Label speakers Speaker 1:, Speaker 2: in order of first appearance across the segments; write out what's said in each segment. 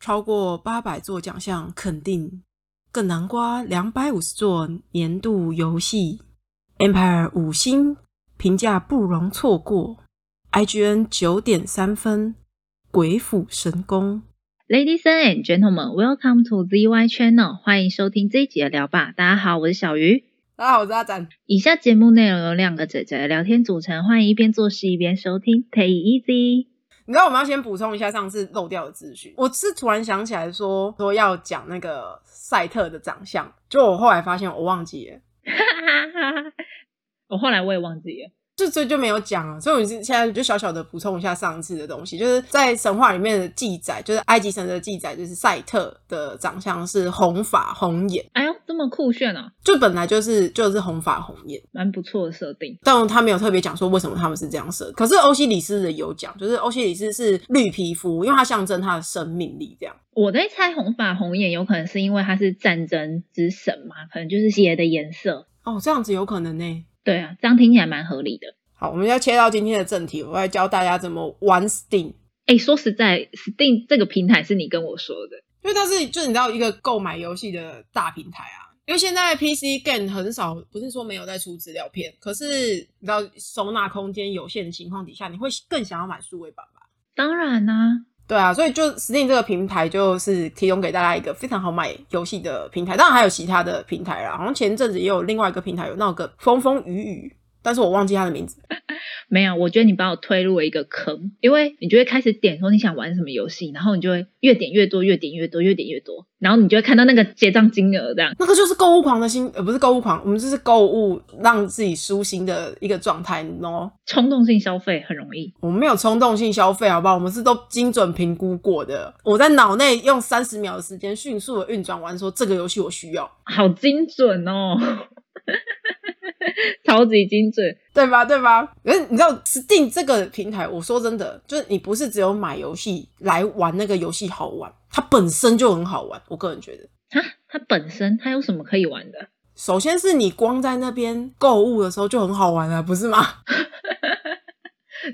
Speaker 1: 超过八百座奖项肯定，更南瓜两百五十座年度游戏，Empire 五星评价不容错过，IGN 九点三分，鬼斧神工。
Speaker 2: Ladies and gentlemen, welcome to ZY Channel，欢迎收听这一集的聊吧。大家好，我是小鱼。
Speaker 1: 大家好，我是阿展。
Speaker 2: 以下节目内容由两个姐姐的聊天组成，欢迎一边做事一边收听，Take it easy。
Speaker 1: 你知道我们要先补充一下上次漏掉的资讯。我是突然想起来说说要讲那个赛特的长相，就我后来发现我忘记了，
Speaker 2: 哈哈哈！我后来我也忘记了。
Speaker 1: 就所以就没有讲啊。所以我现在就小小的补充一下上次的东西，就是在神话里面的记载，就是埃及神的记载，就是赛特的长相是红发红眼，
Speaker 2: 哎呦，这么酷炫啊，
Speaker 1: 就本来就是就是红发红眼。
Speaker 2: 蛮不错的设定。
Speaker 1: 但他没有特别讲说为什么他们是这样设。可是欧西里斯的有讲，就是欧西里斯是绿皮肤，因为它象征他的生命力这样。
Speaker 2: 我在猜红发红眼有可能是因为他是战争之神嘛，可能就是血的颜色。
Speaker 1: 哦，这样子有可能呢、
Speaker 2: 对啊，这样听起来蛮合理的。
Speaker 1: 好，我们要切到今天的正题，我来教大家怎么玩 Steam。
Speaker 2: 哎，说实在，Steam 这个平台是你跟我说的，
Speaker 1: 因为它是就是你知道一个购买游戏的大平台啊，因为现在 PC game 很少，不是说没有在出资料片，可是你知道收纳空间有限的情况底下，你会更想要买数位版吧？
Speaker 2: 当然啦、
Speaker 1: 对啊，所以就 Steam 这个平台就是提供给大家一个非常好买游戏的平台，当然还有其他的平台啦，好像前阵子也有另外一个平台有那个风风雨雨，但是我忘记它的名字。
Speaker 2: 没有，我觉得你把我推入了一个坑，因为你就会开始点说你想玩什么游戏，然后你就会越点越多，越点越多，越点越多，然后你就会看到那个结账金额这样。
Speaker 1: 那个就是购物狂的心，呃，不是购物狂，我们就是购物让自己舒心的一个状态喏。
Speaker 2: 冲动性消费很容易，
Speaker 1: 我们没有冲动性消费，好不好？我们是都精准评估过的。我在脑内用三十秒的时间迅速的运转完，说这个游戏我需要，
Speaker 2: 好精准哦， 超级精准。
Speaker 1: 对吧？对吧？可是你知道 Steam 这个平台，我说真的，就是你不是只有买游戏来玩那个游戏好玩，它本身就很好玩。我个人觉得，
Speaker 2: 哈，啊它本身它有什么可以玩的？
Speaker 1: 首先是你光在那边购物的时候就很好玩了、啊不是吗？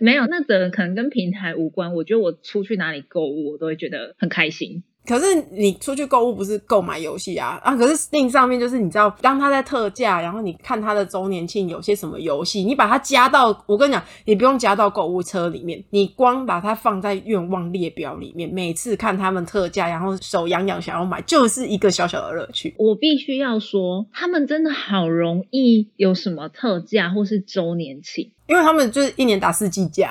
Speaker 2: 没有，那个可能跟平台无关。我觉得我出去哪里购物，我都会觉得很开心。
Speaker 1: 可是你出去购物不是购买游戏啊啊！可是 Steam 上面就是你知道，当它在特价，然后你看它的周年庆有些什么游戏，你把它加到，我跟你讲，你不用加到购物车里面，你光把它放在愿望列表里面，每次看他们特价，然后手痒痒想要买，就是一个小小的乐趣。
Speaker 2: 我必须要说，他们真的好容易有什么特价或是周年庆。
Speaker 1: 因为他们就是一年打四季假，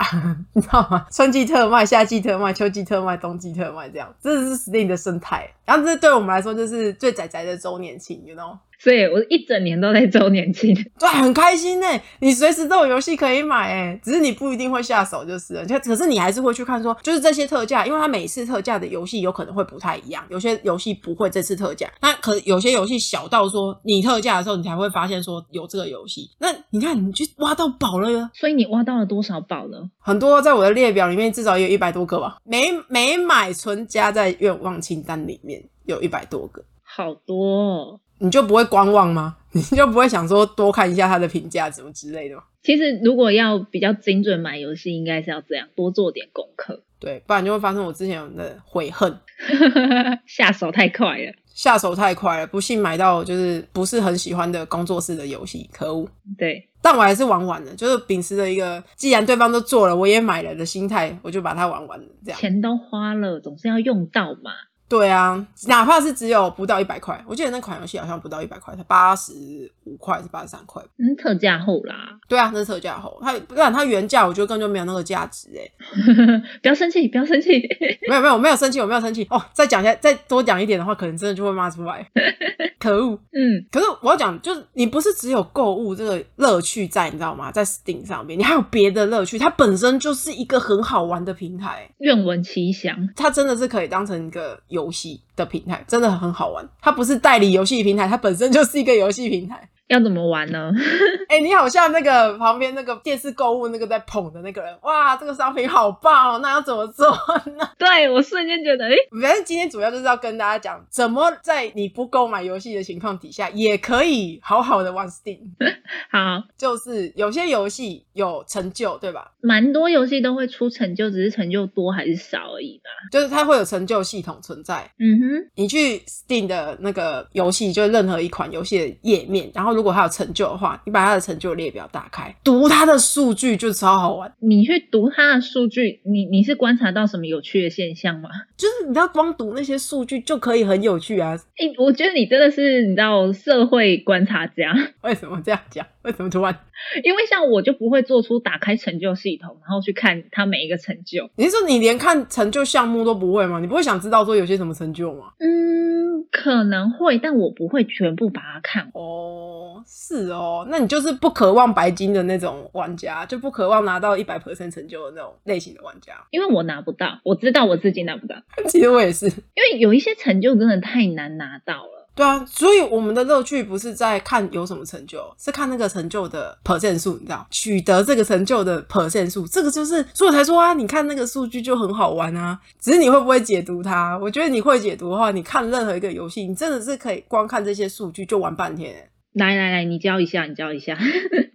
Speaker 1: 你知道吗？春季特卖、夏季特卖、秋季特卖、冬季特卖，这样这是 Steam 的生态。然后这对我们来说就是最宅宅的周年庆，you know。
Speaker 2: 所以我一整年都在周年庆。
Speaker 1: 对，很开心呢、你随时都有游戏可以买哎、只是你不一定会下手就是了。就可是你还是会去看说，就是这些特价，因为它每次特价的游戏有可能会不太一样，有些游戏不会这次特价，那可有些游戏小到说你特价的时候你才会发现说有这个游戏。那你看你去挖到宝了呀，
Speaker 2: 所以你挖到了多少宝呢？
Speaker 1: 很多在我的列表里面至少也有一百多个吧，没没买存加在愿望清单里面有一百多个，
Speaker 2: 好多、哦。
Speaker 1: 你就不会观望吗？ 你就不会想说多看一下它的评价什么之类的吗？
Speaker 2: 其实如果要比较精准买游戏，应该是要这样，多做点功课。
Speaker 1: 对，不然就会发生我之前的悔恨，
Speaker 2: 下手太快了，
Speaker 1: 下手太快了，不幸买到就是不是很喜欢的工作室的游戏，可恶！
Speaker 2: 对，
Speaker 1: 但我还是玩完了，就是秉持着一个既然对方都做了，我也买了的心态，我就把它玩完了。这样
Speaker 2: 钱都花了，总是要用到嘛。
Speaker 1: 对啊，哪怕是只有不到一百块，我记得那款游戏好像不到一百块，才八十五块还是八十三块。
Speaker 2: 嗯，特价后啦，
Speaker 1: 对啊，那是特价后，它不然它原价我觉得根本就没有那个价值哎、
Speaker 2: 不要生气，不要生气。
Speaker 1: 没有没有，我没有生气，我没有生气哦。再讲一下，再多讲一点的话，可能真的就会骂出来。 可恶！
Speaker 2: 嗯，
Speaker 1: 可是我要讲，就是你不是只有购物这个乐趣在，你知道吗？在 Steam 上面，你还有别的乐趣，它本身就是一个很好玩的平台，
Speaker 2: 愿闻其详。
Speaker 1: 它真的是可以当成一个游戏的平台，真的很好玩。它不是代理游戏平台，它本身就是一个游戏平台。
Speaker 2: 要怎么玩呢？
Speaker 1: 哎、你好像那个旁边那个电视购物那个在捧的那个人，哇，这个商品好棒哦，那要怎么做 呢？
Speaker 2: 对我瞬间觉得，诶，
Speaker 1: 反正今天主要就是要跟大家讲，怎么在你不购买游戏的情况底下，也可以好好的玩 Steam。
Speaker 2: 好，
Speaker 1: 就是有些游戏有成就，对吧？
Speaker 2: 蛮多游戏都会出成就，只是成就多还是少而已吧。
Speaker 1: 就是它会有成就系统存在，
Speaker 2: 嗯哼，
Speaker 1: 你去 Steam 的那个游戏，就是任何一款游戏的页面，然后如果它有成就的话，你把它的成就列表打开，读它的数据就超好玩。
Speaker 2: 你去读它的数据，你你是观察到什么有趣的现象吗？
Speaker 1: 就是你知道，光读那些数据就可以很有趣啊！
Speaker 2: 诶，我觉得你真的是你知道社会观察家，
Speaker 1: 为什么这样讲？为什么突然？
Speaker 2: 因为像我就不会做出打开成就系统，然后去看它每一个成就。
Speaker 1: 你是说你连看成就项目都不会吗？你不会想知道说有些什么成就吗？
Speaker 2: 嗯，可能会，但我不会全部把它看完。
Speaker 1: 哦，是哦，那你就是不渴望白金的那种玩家，就不渴望拿到一百 percent 成就的那种类型的玩家。
Speaker 2: 因为我拿不到，我知道我自己拿不到，
Speaker 1: 其实我也是，
Speaker 2: 因为有一些成就真的太难拿到了。
Speaker 1: 对啊，所以我们的乐趣不是在看有什么成就，是看那个成就的 percent 数，你知道，取得这个成就的 percent 数，这个就是，所以我才说啊，你看那个数据就很好玩啊，只是你会不会解读它？我觉得你会解读的话，你看任何一个游戏，你真的是可以光看这些数据就玩半天、欸。
Speaker 2: 来来来，你教一下，你教一下。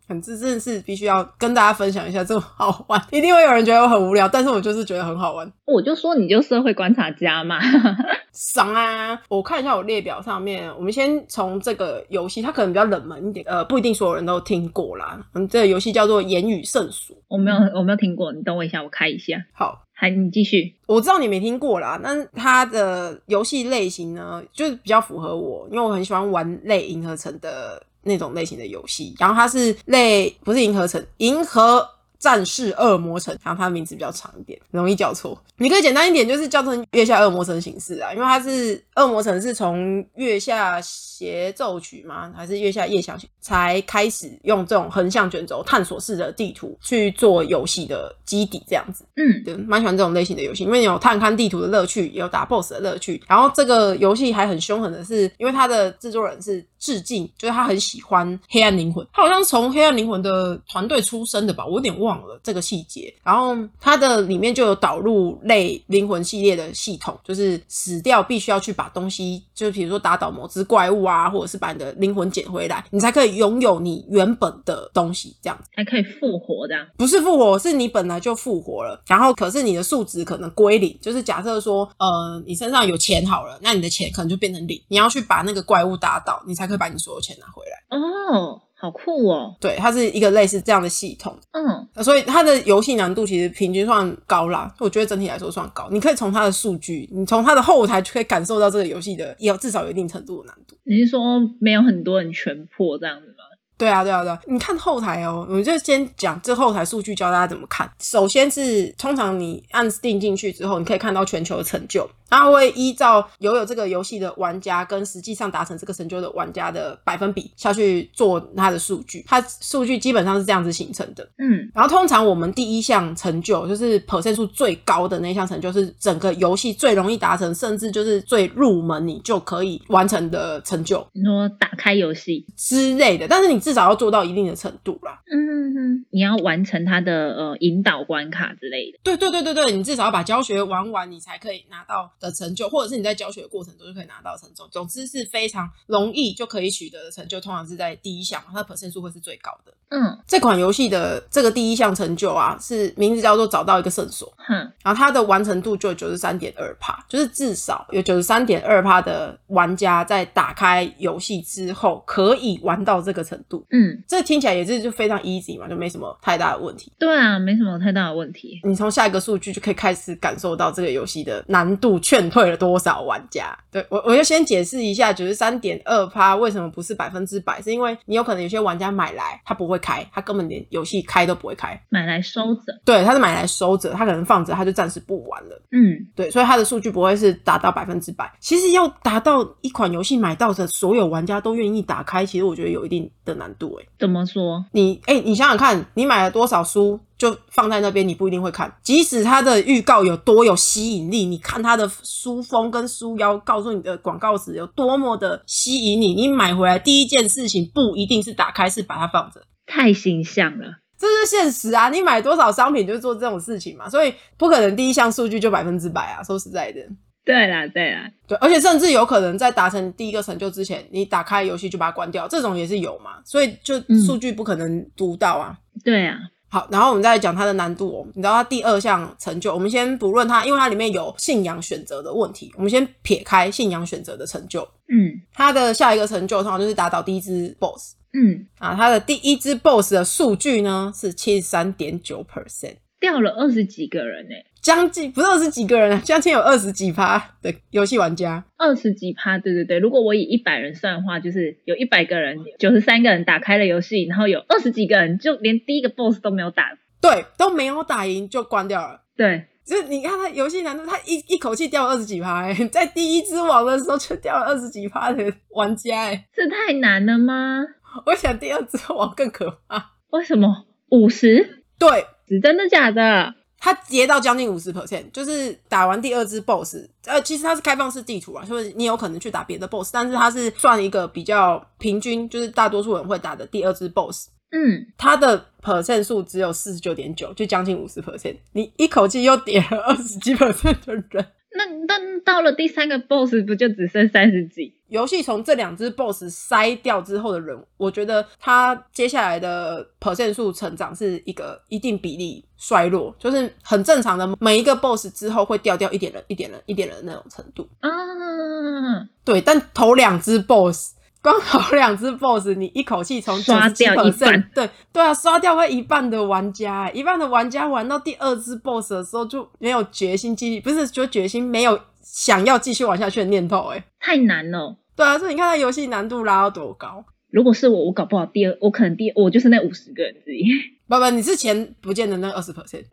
Speaker 1: 很这真的是必须要跟大家分享一下，这么好玩，一定会有人觉得我很无聊，但是我就是觉得很好玩。
Speaker 2: 我就说你就社会观察家嘛。
Speaker 1: 爽啊！我看一下我列表上面，我们先从这个游戏，它可能比较冷门一点，呃，不一定所有人都听过啦。嗯，这个游戏叫做《言语圣俗》。
Speaker 2: 我没有，我没有听过，你等我一下，我开一下。
Speaker 1: 好，
Speaker 2: 还你继续。
Speaker 1: 我知道你没听过啦，但它的游戏类型呢，就是比较符合我，因为我很喜欢玩类银河城的那种类型的游戏。然后它是类不是银河城，银河战士恶魔城，然后它的名字比较长一点，容易叫错。你可以简单一点，就是叫成月下恶魔城形式啊，因为它是恶魔城是从月下协奏曲吗？还是月下夜想曲才开始用这种横向卷轴探索式的地图去做游戏的基底这样子。
Speaker 2: 嗯，
Speaker 1: 对，蛮喜欢这种类型的游戏，因为有探勘地图的乐趣，也有打 BOSS 的乐趣。然后这个游戏还很凶狠的是，因为它的制作人是致敬，就是他很喜欢《黑暗灵魂》，他好像从《黑暗灵魂》的团队出身的吧，我有点忘了这个细节。然后它的里面就有导入类灵魂系列的系统，就是死掉必须要去把东西，就是比如说打倒某只怪物啊，或者是把你的灵魂捡回来，你才可以拥有你原本的东西，这样子。
Speaker 2: 还可以复活的啊。
Speaker 1: 不是复活，是你本来就复活了，然后可是你的数值可能归零，就是假设说，呃，你身上有钱好了，那你的钱可能就变成零，你要去把那个怪物打倒，你才可以把你所有钱拿回来。
Speaker 2: 哦，好酷哦。
Speaker 1: 对，它是一个类似这样的系统，
Speaker 2: 嗯，
Speaker 1: 呃所以它的游戏难度其实平均算高啦，我觉得整体来说算高。你可以从它的数据，你从它的后台就可以感受到这个游戏的也有至少有一定程度的难度。
Speaker 2: 你是说没有很多人全破这样子吗？
Speaker 1: 对啊，对啊，对啊！你看后台哦，我就先讲这后台数据，教大家怎么看。首先是通常你按 Steam 进去之后，你可以看到全球的成就，然后会依照拥有这个游戏的玩家跟实际上达成这个成就的玩家的百分比下去做它的数据，它数据基本上是这样子形成的。
Speaker 2: 嗯，
Speaker 1: 然后通常我们第一项成就就是 percent 数最高的那项成就，是整个游戏最容易达成，甚至就是最入门你就可以完成的成就
Speaker 2: 你说打开游戏，
Speaker 1: 之类的。但是你至少要做到一定的程度啦。
Speaker 2: 嗯嗯，你要完成它的呃引导关卡之类的。
Speaker 1: 对对对对对，你至少要把教学玩完，你才可以拿到的成就，或者是你在教学的过程中就可以拿到成就。总之是非常容易就可以取得的成就，通常是在第一项嘛，它的 percent 数会是最高的。
Speaker 2: 嗯
Speaker 1: 这款游戏的这个第一项成就啊，是名字叫做找到一个圣所，
Speaker 2: 哼，
Speaker 1: 然后它的完成度就九十三点二帕，就是至少有九十三点二帕的玩家在打开游戏之后可以玩到这个程度。
Speaker 2: 嗯，
Speaker 1: 这听起来也是就非常 easy 嘛，就没什么太大的问题。
Speaker 2: 对啊，没什么太大的问题。
Speaker 1: 你从下一个数据就可以开始感受到这个游戏的难度劝退了多少玩家。对我，我就先解释一下，就是三点二趴为什么不是百分之百，是因为你有可能有些玩家买来他不会开，他根本连游戏开都不会开，
Speaker 2: 买来收着。
Speaker 1: 对，他是买来收着，他可能放着他就暂时不玩了。
Speaker 2: 嗯，
Speaker 1: 对，所以它的数据不会是达到百分之百。其实要达到一款游戏买到的所有玩家都愿意打开，其实我觉得有一定的难度诶、欸
Speaker 2: 怎么说？
Speaker 1: 你哎、你想想看，你买了多少书？就放在那边，你不一定会看。即使它的预告有多有吸引力，你看它的书封跟书腰告诉你的广告词有多么的吸引你，你买回来第一件事情不一定是打开，是把它放着。
Speaker 2: 太形象了。
Speaker 1: 这是现实啊！你买多少商品就做这种事情嘛，所以不可能第一项数据就百分之百啊。说实在的，
Speaker 2: 对啦，对啦，
Speaker 1: 对，而且甚至有可能在达成第一个成就之前，你打开游戏就把它关掉，这种也是有嘛。所以就
Speaker 2: 嗯
Speaker 1: 数据不可能读到啊。
Speaker 2: 对啊，
Speaker 1: 好，然后我们再来讲它的难度哦。你知道它第二项成就，我们先不论它，因为它里面有信仰选择的问题，我们先撇开信仰选择的成就。
Speaker 2: 嗯
Speaker 1: 它的下一个成就通常就是打倒第一只 BOSS
Speaker 2: 嗯，
Speaker 1: 啊，它的第一只 BOSS 的数据呢是七十三点九 percent。
Speaker 2: 掉了二十几个人呢、欸
Speaker 1: 将近不知道是几个人啊，将近有二十几趴的游戏玩家，
Speaker 2: 二十几趴，对对对。如果我以一百人算的话，就是有一百个人，九十三个人打开了游戏，然后有二十几个人就连第一个 boss 都没有打。
Speaker 1: 对，都没有打赢就关掉了。
Speaker 2: 对，
Speaker 1: 就是你看他游戏难度，他一一口气掉了二十几趴、 欸，在第一只网的时候就掉了二十几趴的玩家、欸，
Speaker 2: 这太难了吗？
Speaker 1: 我想第二只网更可怕。
Speaker 2: 为什么五十？
Speaker 1: 对，
Speaker 2: 是真的假的？
Speaker 1: 它跌到将近五十 percent，就是打完第二只 boss，呃，其实它是开放式地图啊，所以你有可能去打别的 boss，但是它是算一个比较平均，就是大多数人会打的第二只 boss。
Speaker 2: 嗯，
Speaker 1: 它的 percent 数只有四十九点九，就将近五十 percent。你一口气又跌了二十几 percent 的人。
Speaker 2: 那那到了第三个 boss 不就只剩三十几？
Speaker 1: 游戏从这两只 boss 筛掉之后的人，我觉得它接下来的 percent 数成长是一个一定比例衰落，就是很正常的。每一个 boss 之后会掉掉一点人、一点人、一点人的那种程度。
Speaker 2: 啊，
Speaker 1: 对，但头两只 boss，光头两只 boss，你一口气从
Speaker 2: 刷掉一半，
Speaker 1: 对对啊，刷掉快一半的玩家，欸一半的玩家玩到第二只 boss 的时候就没有决心继续，不是说决心没有想要继续玩下去的念头、欸，哎，
Speaker 2: 太难了。
Speaker 1: 对啊，所以你看它游戏难度拉到多高。
Speaker 2: 如果是我，我搞不好第二，我可能第我就是那五十个人之一。
Speaker 1: 不不，你是钱不见的那二十 percent，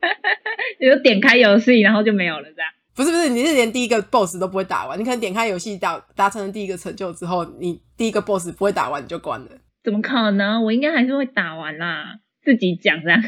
Speaker 2: 你就点开游戏，然后就没有了，这样。
Speaker 1: 不是不是，你是连第一个 boss 都不会打完，你可能点开游戏达达成了第一个成就之后，你第一个 boss 不会打完你就关了。
Speaker 2: 怎么可能？我应该还是会打完啦，自己讲这样。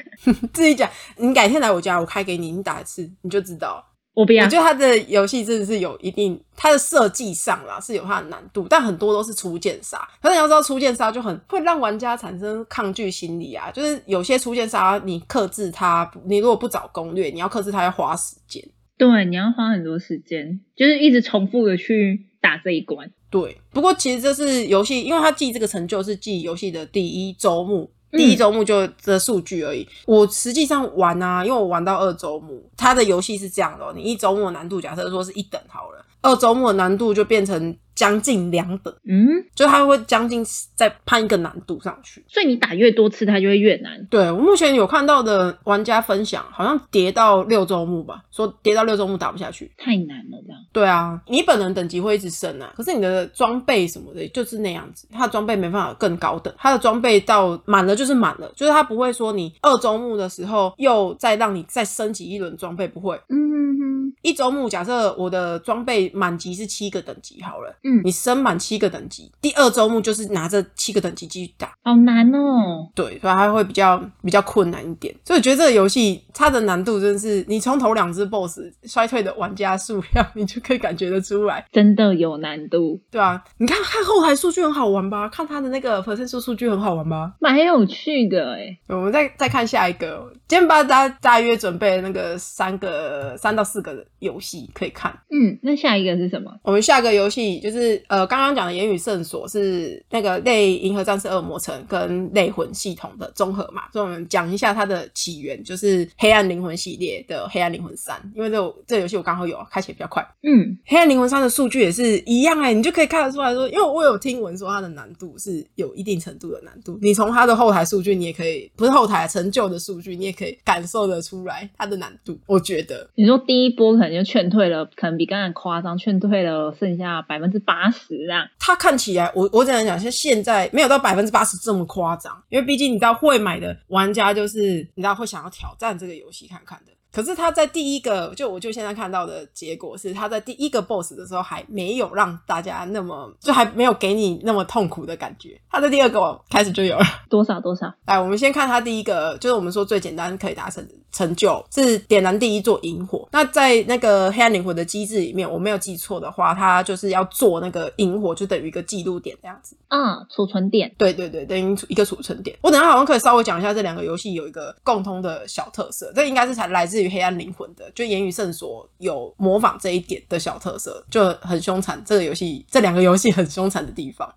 Speaker 1: 自己讲，你改天来我家，我开给你，你打一次你就知道。
Speaker 2: 我不
Speaker 1: 我
Speaker 2: 要，
Speaker 1: 觉得它的游戏真的是有一定，它的设计上啦是有它的难度，但很多都是初见杀。可是你要知道，初见杀就很会让玩家产生抗拒心理啊。就是有些初见杀，你克制它，你如果不找攻略，你要克制它要花时间。
Speaker 2: 对，你要花很多时间，就是一直重复的去打这一关。
Speaker 1: 对，不过其实这是游戏，因为它记这个成就是记游戏的第一周目，第一周目就的数据而已。我实际上玩啊，因为我玩到二周目，它的游戏是这样的、哦，你一周目的难度假设说是一等好了，二周目的难度就变成将近两等，
Speaker 2: 嗯，
Speaker 1: 就它会将近再攀一个难度上去。
Speaker 2: 所以你打越多次，它就会越难。
Speaker 1: 对我目前有看到的玩家分享，好像跌到六周目吧，说跌到六周目打不下去。
Speaker 2: 太难了，这样。
Speaker 1: 对啊，你本人等级会一直升啊，可是你的装备什么的就是那样子，它的装备没办法更高等，它的装备到满了就是满了，就是它不会说你二周目的时候又再让你再升级一轮装备，不会。
Speaker 2: 嗯
Speaker 1: 一周目假设我的装备满级是七个等级好了，
Speaker 2: 嗯
Speaker 1: 你升满七个等级，第二周目就是拿着七个等级继续打，
Speaker 2: 好难哦。
Speaker 1: 对，所以它会比较比较困难一点。所以我觉得这个游戏它的难度真的是，你从头两只 BOSS 衰退的玩家数量，你就可以感觉得出来。
Speaker 2: 真的有难度，
Speaker 1: 对啊，你看看后台数据很好玩吧？看它的那个 percent 数数据很好玩吧？
Speaker 2: 蛮有趣的哎。
Speaker 1: 我们再再看下一个，今天帮大家大约准备那个三个三到四个游戏可以看。
Speaker 2: 嗯，那下一个是什么？
Speaker 1: 我们下个游戏就是呃刚刚讲的《言语圣所》是那个类银河战士恶魔城跟类魂系统的综合嘛，所以我们讲一下它的起源，就是黑暗灵魂系列的《黑暗灵魂三》，因为这个这个游戏我刚好有啊开启得比较快。
Speaker 2: 嗯，
Speaker 1: 黑暗灵魂三的数据也是一样哎、你就可以看得出来说，因为我有听闻说它的难度是有一定程度的难度，你从它的后台数据，你也可以不是后台成就的数据，你也可以感受得出来它的难度。我觉得
Speaker 2: 你说第一波可能就劝退了，可能比刚才夸张，劝退了剩下百分之八十啊。
Speaker 1: 它看起来，我我只能讲，像现在没有到百分之八十这么夸张，因为毕竟你知道会买的玩家就是你知道会想要挑战这个游戏看看的。可是他在第一个，就我就现在看到的结果是，他在第一个 boss 的时候还没有让大家那么，就还没有给你那么痛苦的感觉。他在第二个开始就有了。
Speaker 2: 多少多少，
Speaker 1: 来，我们先看他第一个，就是我们说最简单可以达成的成就是点燃第一座萤火。那在那个黑暗灵魂的机制里面，我没有记错的话，它就是要做那个萤火，就等于一个记录点这样子。
Speaker 2: 嗯，储存点，
Speaker 1: 对对对，等于一个储存点。我等一下好像可以稍微讲一下这两个游戏有一个共通的小特色，这应该是才来自于《黑暗灵魂》的，就《言语圣所》有模仿这一点的小特色，就很凶残。这个游戏这两个游戏很凶残的地方，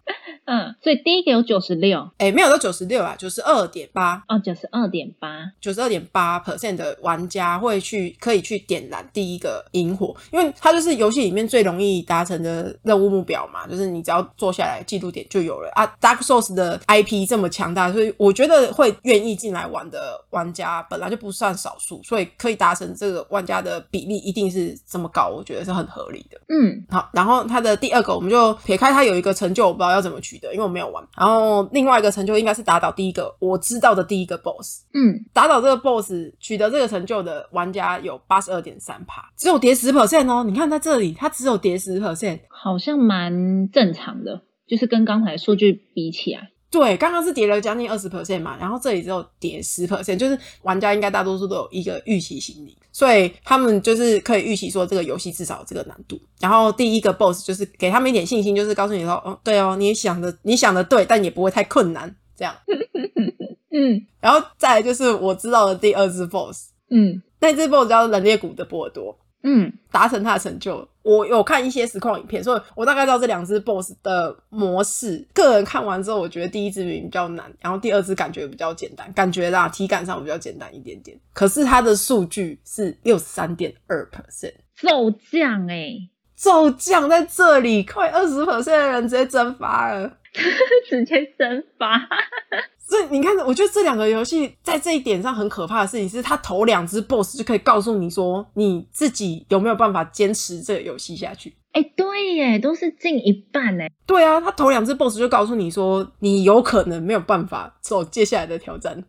Speaker 2: 嗯，所以第一个有九十六，
Speaker 1: 哎，没有到九十六啊，九十二点八，
Speaker 2: 哦，九十二点八，
Speaker 1: 九十二点八 percent 的玩家会去可以去点燃第一个萤火，因为它就是游戏里面最容易达成的任务目标嘛，就是你只要坐下来记录点就有了啊。Dark Souls 的 IP 这么强大，所以我觉得会愿意进来玩的玩家本来就不算少数，所以可以达成这个玩家的比例一定是这么高，我觉得是很合理的。
Speaker 2: 嗯，
Speaker 1: 好，然后它的第二个，我们就撇开它有一个成就，我不知道要怎么取得，因为我没有玩。然后另外一个成就应该是打倒第一个我知道的第一个 BOSS，
Speaker 2: 嗯，
Speaker 1: 打倒这个 BOSS 取得这个成就的玩家有八十二点三趴，只有叠十 percent 哦。你看在这里，它只有叠十 percent。
Speaker 2: 好像蛮正常的，就是跟刚才数据比起来，
Speaker 1: 对，刚刚是叠了将近二十 percent 嘛，然后这里只有叠十 percent，就是玩家应该大多数都有一个预期心理，所以他们就是可以预期说这个游戏至少有这个难度。然后第一个 boss 就是给他们一点信心，就是告诉你说，哦，对哦，你想的你想的对，但也不会太困难这样。
Speaker 2: 嗯
Speaker 1: 然后再来就是我知道的第二只 boss，
Speaker 2: 嗯
Speaker 1: 那只 boss 叫冷冽谷的波尔多，
Speaker 2: 嗯
Speaker 1: 达成他的成就。我有看一些实况影片，所以我大概知道这两只 BOSS 的模式。个人看完之后，我觉得第一只比较难，然后第二只感觉比较简单，感觉啦，体感上比较简单一点点。可是它的数据是六十三点二 percent，
Speaker 2: 骤降哎、
Speaker 1: 骤降在这里，快二十 percent 的人直接蒸发了。
Speaker 2: 直接蒸发，
Speaker 1: 所以你看，我觉得这两个游戏在这一点上很可怕的事情是，它头两只 BOSS 就可以告诉你说你自己有没有办法坚持这个游戏下去。
Speaker 2: 哎、对耶，都是近一半哎，
Speaker 1: 对啊，他头两只 BOSS 就告诉你说，你有可能没有办法走接下来的挑战。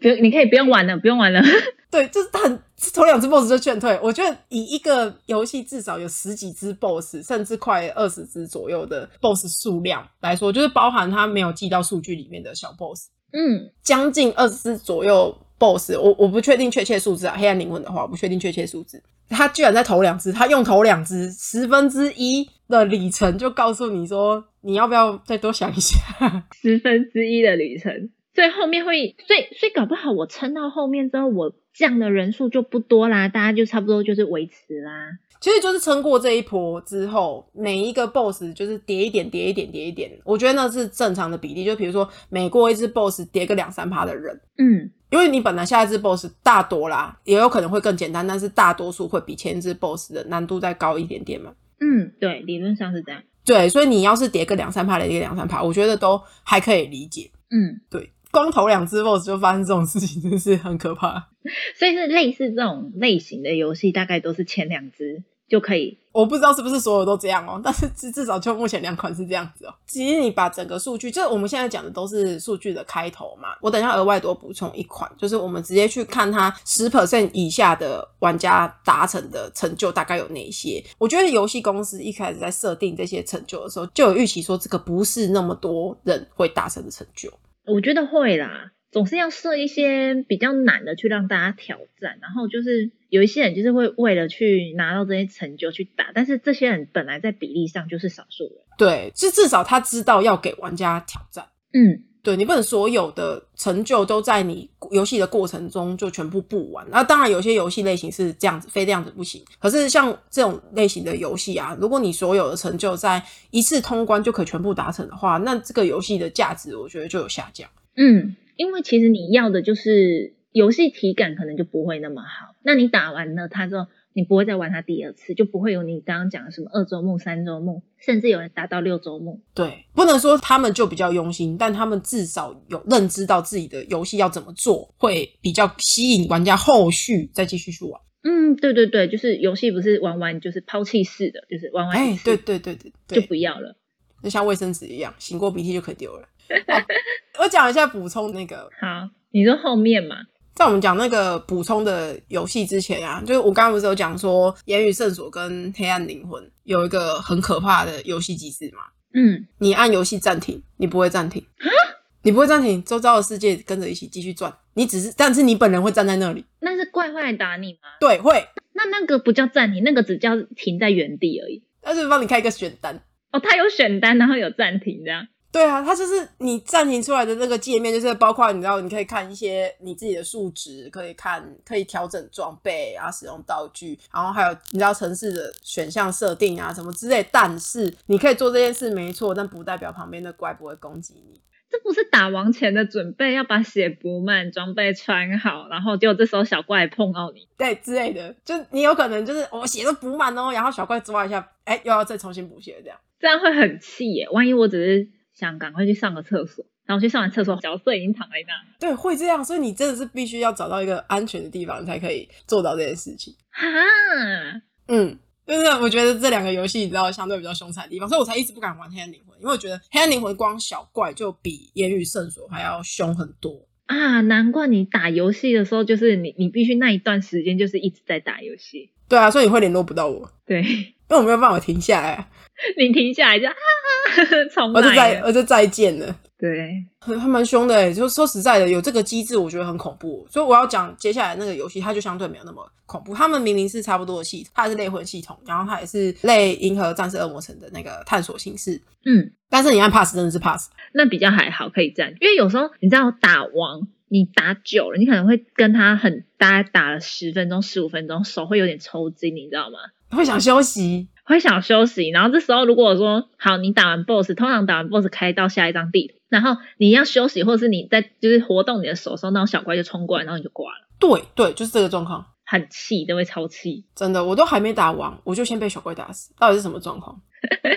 Speaker 2: 不用，你可以不用玩了，不用玩了，
Speaker 1: 对，就是他很头两只 BOSS 就劝退。我觉得以一个游戏至少有十几只 BOSS，甚至快二十只左右的 BOSS 数量来说，就是包含他没有记到数据里面的小 BOSS，
Speaker 2: 嗯
Speaker 1: 将近二十只左右 BOSS，我我不确定确切数字啊，黑暗灵魂的话我不确定确切数字。他居然在头两只，他用头两只十分之一的里程就告诉你说，你要不要再多想一下？
Speaker 2: 十分之一的旅程，所以后面会，所以所以搞不好我撑到后面之后，我降的人数就不多啦，大家就差不多就是维持啦，
Speaker 1: 其实就是撑过这一波之后，每一个 boss 就是叠一点、叠一点、叠一点，我觉得那是正常的比例。就比如说，每过一只 boss 叠个两三趴的人，
Speaker 2: 嗯
Speaker 1: 因为你本来下一只 boss 大多啦，也有可能会更简单，但是大多数会比前一只 boss 的难度再高一点点嘛。
Speaker 2: 嗯，对，理论上是这样，
Speaker 1: 对，所以你要是叠个两三趴、叠个两三趴，我觉得都还可以理解。
Speaker 2: 嗯。
Speaker 1: 对，光头两只 boss 就发生这种事情，真是很可怕。
Speaker 2: 所以是类似这种类型的游戏，大概都是前两只就可以。
Speaker 1: 我不知道是不是所有都这样哦，但是至至少就目前两款是这样子哦。其实你把整个数据，就是我们现在讲的都是数据的开头嘛。我等一下额外多补充一款，就是我们直接去看它十 percent 以下的玩家达成的成就大概有哪些。我觉得游戏公司一开始在设定这些成就的时候，就有预期说这个不是那么多人会达成的成就。
Speaker 2: 我觉得会啦，总是要设一些比较难的去让大家挑战。然后就是有一些人就是会为了去拿到这些成就去打，但是这些人本来在比例上就是少数人。
Speaker 1: 对，是至少他知道要给玩家挑战。
Speaker 2: 嗯
Speaker 1: 对你不能所有的成就都在你游戏的过程中就全部不玩。那当然，有些游戏类型是这样子，非这样子不行。可是像这种类型的游戏啊，如果你所有的成就在一次通关就可以全部达成的话，那这个游戏的价值我觉得就有下降。
Speaker 2: 嗯，因为其实你要的就是游戏体感可能就不会那么好。那你打完了它之后。你不会再玩它第二次，就不会有你刚刚讲的什么二周目、三周目，甚至有人达到六周目。
Speaker 1: 对，不能说他们就比较用心，但他们至少有认知到自己的游戏要怎么做，会比较吸引玩家后续再继续去玩。
Speaker 2: 嗯，对对对，就是游戏不是玩玩就是抛弃式的，就是玩玩一
Speaker 1: 哎，
Speaker 2: 次
Speaker 1: 对对对对对，
Speaker 2: 就不要了。
Speaker 1: 就像卫生纸一样， 擤过鼻涕就可以丢了。好我讲一下补充那个
Speaker 2: 好，你说后面嘛，
Speaker 1: 在我们讲那个补充的游戏之前啊，就是我刚刚不是有讲说《言语圣所》跟《黑暗灵魂》有一个很可怕的游戏机制嘛？
Speaker 2: 嗯，
Speaker 1: 你按游戏暂停，你不会暂停，你不会暂停，周遭的世界跟着一起继续转，你只是，但是你本人会站在那里，
Speaker 2: 那是怪会来打你吗？
Speaker 1: 对，会，
Speaker 2: 那那个不叫暂停，那个只叫停在原地而已。
Speaker 1: 但是帮你开一个选单。
Speaker 2: 哦，它有选单，然后有暂停这样。
Speaker 1: 对啊，它就是你暂停出来的那个界面，就是包括你知道，你可以看一些你自己的数值，可以看，可以调整装备啊，使用道具，然后还有你知道城市的选项设定啊什么之类。但是你可以做这件事没错，但不代表旁边的怪不会攻击你。
Speaker 2: 这不是打王前的准备，要把血补满，装备穿好，然后结果这时候小怪碰到你，
Speaker 1: 对之类的，就是你有可能就是我、哦血都补满哦，然后小怪抓一下，哎，又要再重新补血这样。
Speaker 2: 这样会很气耶。万一我只是想赶快去上个厕所，然后去上完厕所，角色已经躺在那。
Speaker 1: 对，会这样，所以你真的是必须要找到一个安全的地方，你才可以做到这件事情。
Speaker 2: 哈，
Speaker 1: 嗯，就是我觉得这两个游戏，你知道相对比较凶残的地方，所以我才一直不敢玩《黑暗灵魂》，因为我觉得《黑暗灵魂》光小怪就比《烟雨圣所》还要凶很多。
Speaker 2: 啊，难怪你打游戏的时候，就是你你必须那一段时间就是一直在打游戏。
Speaker 1: 对啊，所以你会联络不到我，
Speaker 2: 对
Speaker 1: 因为我没有办法停下来啊，
Speaker 2: 你停下来就啊，重
Speaker 1: 我就
Speaker 2: 来
Speaker 1: 再
Speaker 2: 了。
Speaker 1: 我就再见了。
Speaker 2: 对，
Speaker 1: 很还蛮凶的欸就说实在的，有这个机制，我觉得很恐怖。所以我要讲接下来那个游戏，它就相对没有那么恐怖。他们明明是差不多的系统，它也是类魂系统，然后它也是类银河战士恶魔城的那个探索形式。
Speaker 2: 嗯，
Speaker 1: 但是你按 pass 真的是 pass，
Speaker 2: 那比较还好，可以这样，因为有时候你知道打王，你打久了，你可能会跟他很大概打了十分钟、十五分钟，手会有点抽筋，你知道吗？
Speaker 1: 会想休息。
Speaker 2: 会想休息，然后这时候如果说好，你打完 BOSS，通常打完 BOSS 开到下一张地图，然后你要休息，或者是你在就是活动你的手的时候，那种小怪就冲过来，然后你就挂了，
Speaker 1: 对对，就是这个状况。
Speaker 2: 很气，都会超气。
Speaker 1: 真的，我都还没打完，我就先被小怪打死，到底是什么状况？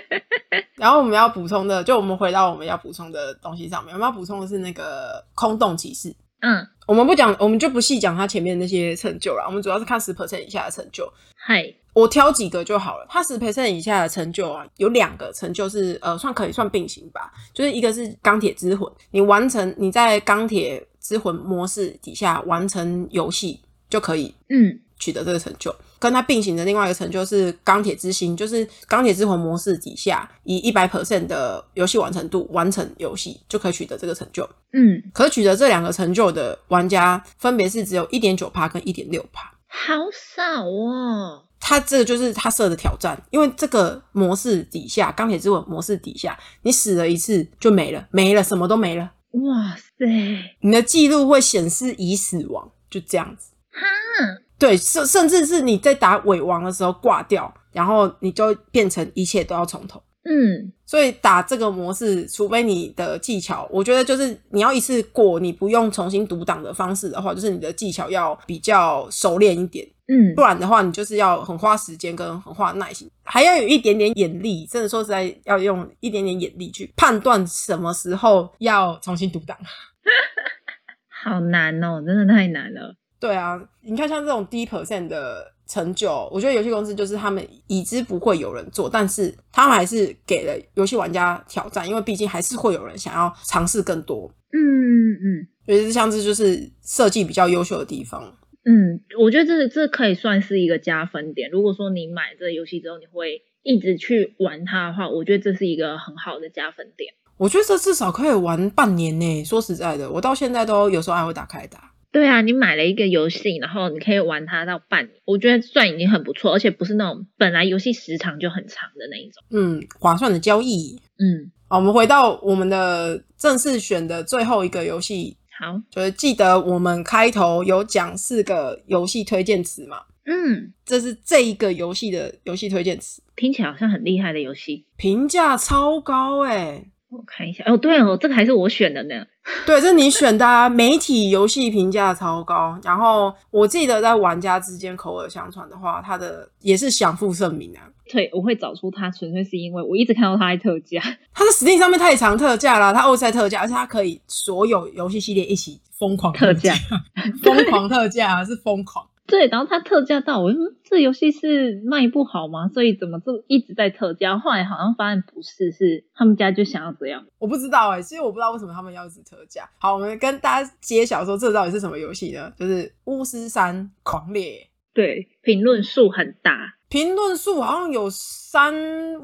Speaker 1: 然后我们要补充的，就我们回到我们要补充的东西上面，我们要补充的是那个空洞骑士。
Speaker 2: 嗯，
Speaker 1: 我们不讲，我们就不细讲他前面那些成就了，我们主要是看十 percent 以下的成就。
Speaker 2: 嗨，
Speaker 1: 我挑几个就好了。他十 percent 以下的成就啊，有两个成就是呃，算可以算并行吧，就是一个是钢铁之魂，你完成你在钢铁之魂模式底下完成游戏就可以
Speaker 2: 嗯
Speaker 1: 取得这个成就。跟它并行的另外一个成就是钢铁之心，就是钢铁之魂模式底下以一百 percent 的游戏完成度完成游戏就可以取得这个成就。
Speaker 2: 嗯，
Speaker 1: 可取得这两个成就的玩家，分别是只有一点九趴跟一点六趴。
Speaker 2: 好少哦。
Speaker 1: 它这个就是它设的挑战，因为这个模式底下，钢铁之吻模式底下，你死了一次就没了，没了什么都没了，
Speaker 2: 哇塞，
Speaker 1: 你的记录会显示已死亡，就这样子。
Speaker 2: 哈，
Speaker 1: 对，甚甚至是你在打尾王的时候挂掉，然后你就变成一切都要从头。
Speaker 2: 嗯
Speaker 1: 所以打这个模式，除非你的技巧，我觉得就是你要一次过，你不用重新读档的方式的话，就是你的技巧要比较熟练一点。
Speaker 2: 嗯
Speaker 1: 不，然的话，你就是要很花时间跟很花耐心，还要有一点点眼力。真的说实在，要用一点点眼力去判断什么时候要重新读档。
Speaker 2: 好难哦，真的太难了。
Speaker 1: 对啊，你看像这种低 percent 的成就，我觉得游戏公司就是他们已知不会有人做，但是他们还是给了游戏玩家挑战，因为毕竟还是会有人想要尝试更多。
Speaker 2: 嗯嗯。
Speaker 1: 尤其是像这就是设计比较优秀的地方，
Speaker 2: 嗯，我觉得这这可以算是一个加分点。如果说你买这个游戏之后，你会一直去玩它的话，我觉得这是一个很好的加分点。
Speaker 1: 我觉得这至少可以玩半年呢、说实在的，我到现在都有时候还会打开打。
Speaker 2: 对啊，你买了一个游戏，然后你可以玩它到半年，我觉得算已经很不错，而且不是那种本来游戏时长就很长的那一种。
Speaker 1: 嗯，划算的交易。
Speaker 2: 嗯，
Speaker 1: 好，我们回到我们的正式选的最后一个游戏，
Speaker 2: 好，
Speaker 1: 就是记得我们开头有讲四个游戏推荐词嘛，
Speaker 2: 嗯，
Speaker 1: 这是这一个游戏的游戏推荐词，
Speaker 2: 听起来好像很厉害的游戏。
Speaker 1: 评价超高哎、
Speaker 2: 我看一下，哦，对哦，这个还是我选的呢。
Speaker 1: 对，这是你选的、啊，媒体游戏评价超高，然后我记得在玩家之间口耳相传的话，它的也是享负盛名啊。
Speaker 2: 对，我会找出它，纯粹是因为我一直看到它在特价。
Speaker 1: 它的 Steam 上面太常特价啦，它欧赛特价，而且它可 以所有游戏系列一起疯狂
Speaker 2: 特价
Speaker 1: 疯狂特价是疯狂。
Speaker 2: 对，然后它特价到我，嗯这游戏是卖不好吗？所以怎么这一直在特价？后来好像发现不是，是他们家就想要这样。
Speaker 1: 我不知道哎、其实我不知道为什么他们要一直特价。好，我们跟大家揭晓说这到底是什么游戏呢？就是《巫师三狂猎
Speaker 2: 对，评论数很大》，，
Speaker 1: 评论数好像有三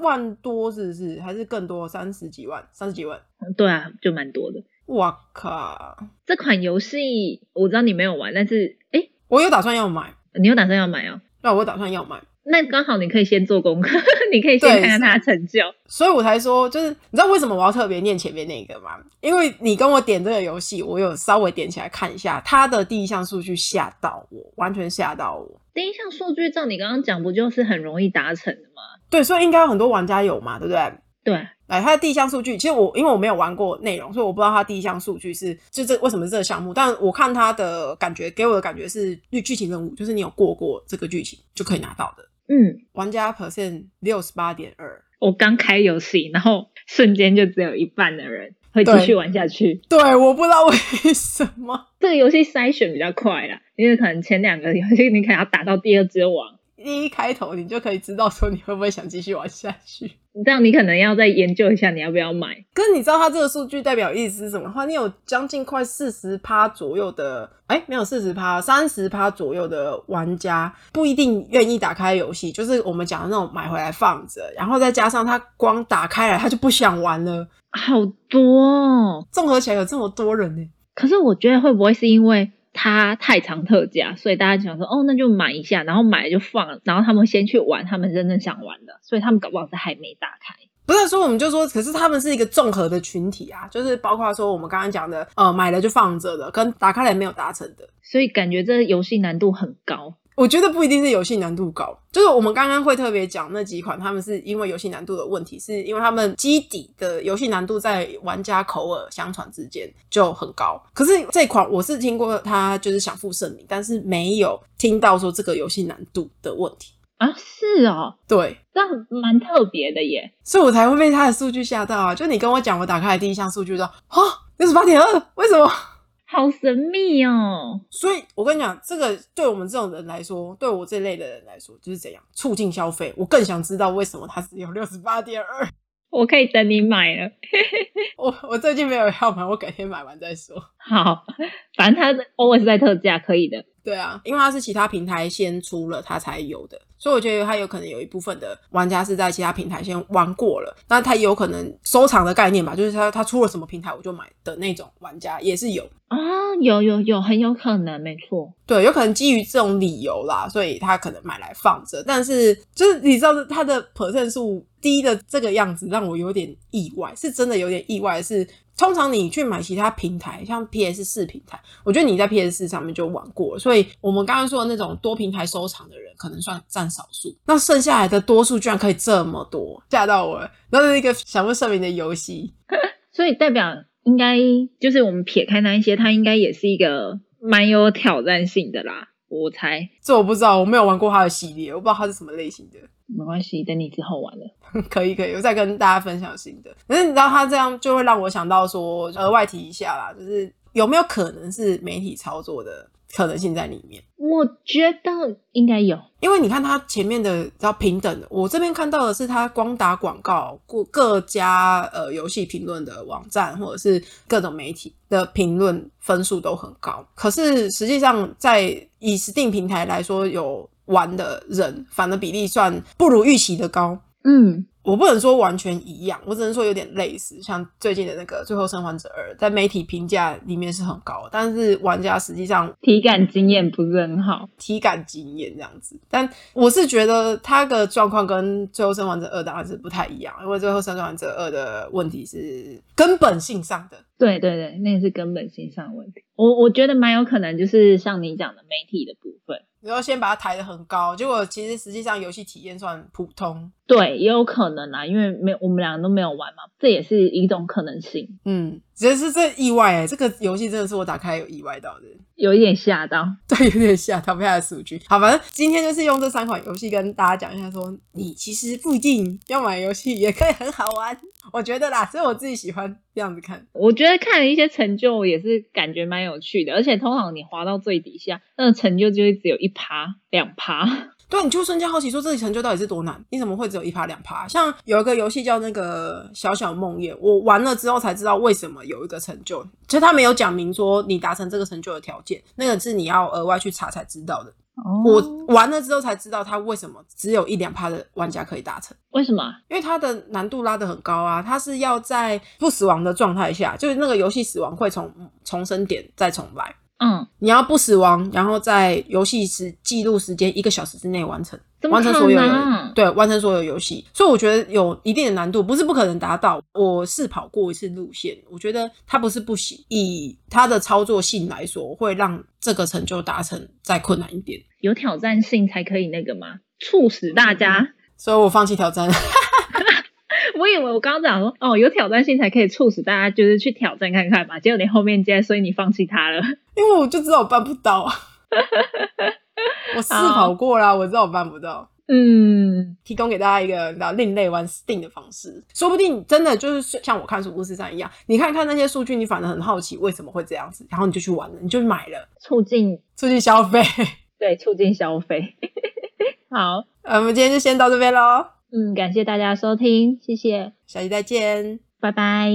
Speaker 1: 万多，是不是？还是更多？三十几万？三十几万？
Speaker 2: 嗯对啊，就蛮多的。
Speaker 1: 哇靠！
Speaker 2: 这款游戏我知道你没有玩，但是哎，
Speaker 1: 我有打算要买，
Speaker 2: 你有打算要买哦？
Speaker 1: 那我打算要买，
Speaker 2: 那刚好你可以先做功课， 你可以先
Speaker 1: 对
Speaker 2: 看看它的成就。
Speaker 1: 所以我才说，就是你知道为什么我要特别念前面那个吗？因为你跟我点这个游戏，我有稍微点起来看一下，它的第一项数据吓到我，完全吓到我。
Speaker 2: 第一项数据照你刚刚讲，不就是很容易达成的吗？
Speaker 1: 对，所以应该有很多玩家有嘛，对不对？
Speaker 2: 对，啊
Speaker 1: 来，它的第一项数据，其实我因为我没有玩过内容，所以我不知道它第一项数据是就这为什么是这个项目，但我看它的感觉给我的感觉是剧剧情任务，就是你有过过这个剧情就可以拿到的。
Speaker 2: 嗯，
Speaker 1: 玩家 percent 六十八点二，
Speaker 2: 我刚开游戏，然后瞬间就只有一半的人会继
Speaker 1: 对
Speaker 2: 续玩下去。
Speaker 1: 对，我不知道为什么。
Speaker 2: 这个游戏筛选比较快啦，因为可能前两个游戏你可能要打到第二只王，
Speaker 1: 第一开头你就可以知道说你会不会想继续玩下去。
Speaker 2: 这样你可能要再研究一下你要不要买。
Speaker 1: 可是你知道它这个数据代表意思是什么的话，你有将近快四十趴左右的，哎、没有四十趴，三十趴左右的玩家不一定愿意打开游戏，就是我们讲的那种买回来放着，然后再加上他光打开来他就不想玩了，
Speaker 2: 好多、哦，
Speaker 1: 综合起来有这么多人呢、
Speaker 2: 可是我觉得会不会是因为它太常特价，所以大家想说哦，那就买一下，然后买了就放了，然后他们先去玩他们真正想玩的，所以他们搞不好是还没打开。
Speaker 1: 不是啊说我们就说，可是他们是一个综合的群体啊，就是包括说我们刚刚讲的，呃，买了就放着的，跟打开来没有达成的，
Speaker 2: 所以感觉这游戏难度很高。
Speaker 1: 我觉得不一定是游戏难度高，就是我们刚刚会特别讲那几款，他们是因为游戏难度的问题，是因为他们基底的游戏难度在玩家口耳相传之间就很高。可是这款我是听过他就是想负盛名，但是没有听到说这个游戏难度的问题。
Speaker 2: 啊，是哦，
Speaker 1: 对，
Speaker 2: 这样蛮特别的耶。
Speaker 1: 所以我才会被他的数据吓到啊！就你跟我讲，我打开的第一项数据说，哦，六十八点二，为什么？
Speaker 2: 好神秘哦！
Speaker 1: 所以我跟你讲，这个对我们这种人来说，对我这类的人来说，就是怎样促进消费。我更想知道为什么它只有六十八点二。
Speaker 2: 我可以等你买了。
Speaker 1: 我我最近没有要买，我改天买完再说。
Speaker 2: 好，反正它 always 在特价，可以的。
Speaker 1: 对啊，因为它是其他平台先出了，它才有的，所以我觉得它有可能有一部分的玩家是在其他平台先玩过了，那他有可能收藏的概念吧，就是他他出了什么平台我就买的那种玩家也是有。
Speaker 2: 啊、有有有，很有可能，没错。
Speaker 1: 对，有可能基于这种理由啦，所以他可能买来放着。但是就是你知道他的 percent 数低的这个样子，让我有点意外，是真的有点意外是。通常你去买其他平台，像 PS 四平台，我觉得你在 PS 四上面就玩过了，所以我们刚刚说的那种多平台收藏的人，可能算占少数。那剩下来的多数居然可以这么多，吓到我了。那是一个想不声明的游戏，
Speaker 2: 所以代表应该就是我们撇开那一些，它应该也是一个蛮有挑战性的啦。我猜
Speaker 1: 这我不知道，我没有玩过它的系列，我不知道它是什么类型的。
Speaker 2: 没关系，等你之后玩了。
Speaker 1: 可以可以，我再跟大家分享新的。可是你知道他这样就会让我想到说，额外提一下啦，就是有没有可能是媒体操作的可能性在里面？
Speaker 2: 我觉得应该有，
Speaker 1: 因为你看他前面的要平等的，我这边看到的是他光打广告，各各家呃游戏评论的网站或者是各种媒体的评论分数都很高，可是实际上在以 Steam 平台来说，有玩的人反而比例算不如预期的高。
Speaker 2: 嗯，
Speaker 1: 我不能说完全一样，我只能说有点类似，像最近的那个《最后生还者二》，在媒体评价里面是很高，但是玩家实际上
Speaker 2: 体感经验不是很好。
Speaker 1: 体感经验这样子。但我是觉得它的状况跟《最后生还者二》当然是不太一样，因为《最后生还者二》的问题是根本性上的，
Speaker 2: 对对对，那也是根本性上的问题。我我觉得蛮有可能就是像你讲的媒体的部分。
Speaker 1: 你要先把它抬得很高，结果其实实际上游戏体验算普通。
Speaker 2: 对，也有可能啊啦，因为没有我们两个都没有玩嘛，这也是一种可能性，
Speaker 1: 嗯，只是这意外哎、这个游戏真的是我打开有意外到的，
Speaker 2: 有一点吓到。
Speaker 1: 对，有点吓到被它的数据。好，反正今天就是用这三款游戏跟大家讲一下说你其实不一定要买游戏也可以很好玩，我觉得啦，所以我自己喜欢这样子看。
Speaker 2: 我觉得看了一些成就也是感觉蛮有趣的，而且通常你滑到最底下，那个成就就会只有一趴、两趴。
Speaker 1: 对，你就瞬间好奇说这个成就到底是多难？你怎么会只有一趴两趴？像有一个游戏叫那个《小小梦魇》，我玩了之后才知道为什么有一个成就，其实他没有讲明说你达成这个成就的条件，那个是你要额外去查才知道的。
Speaker 2: 哦
Speaker 1: 我玩了之后才知道他为什么只有一两趴的玩家可以达成。
Speaker 2: 为什么啊？
Speaker 1: 因为它的难度拉得很高啊，它是要在不死亡的状态下，就是那个游戏死亡会从重生点再重来，
Speaker 2: 嗯，
Speaker 1: 你要不死亡，然后在游戏时记录时间一个小时之内完成，
Speaker 2: 怎么
Speaker 1: 完成
Speaker 2: 可
Speaker 1: 所有
Speaker 2: 能
Speaker 1: 游
Speaker 2: 啊？
Speaker 1: 对，完成所有游戏，所以我觉得有一定的难度，不是不可能达到。我试跑过一次路线，我觉得它不是不行，以它的操作性来说，会让这个成就达成再困难一点，
Speaker 2: 有挑战性才可以那个吗？促使大家，
Speaker 1: 所以我放弃挑战。嗯
Speaker 2: 我以为我刚刚讲说，哦，有挑战性才可以促使大家就是去挑战看看嘛，结果你后面接，所以你放弃它了。
Speaker 1: 因为我就知道我办不到啊。我试跑过啦，我知道我办不到。
Speaker 2: 嗯，
Speaker 1: 提供给大家一个你知道另类玩 Steam 的方式，说不定真的就是像我看《数不市场》一样，你看看那些数据，你反而很好奇为什么会这样子，然后你就去玩了，你就买了，
Speaker 2: 促进
Speaker 1: 出去消费。
Speaker 2: 对促进消费。 好，
Speaker 1: 呃，我们今天就先到这边喽，
Speaker 2: 嗯，感谢大家收听，谢谢，
Speaker 1: 下期再见。
Speaker 2: 拜拜。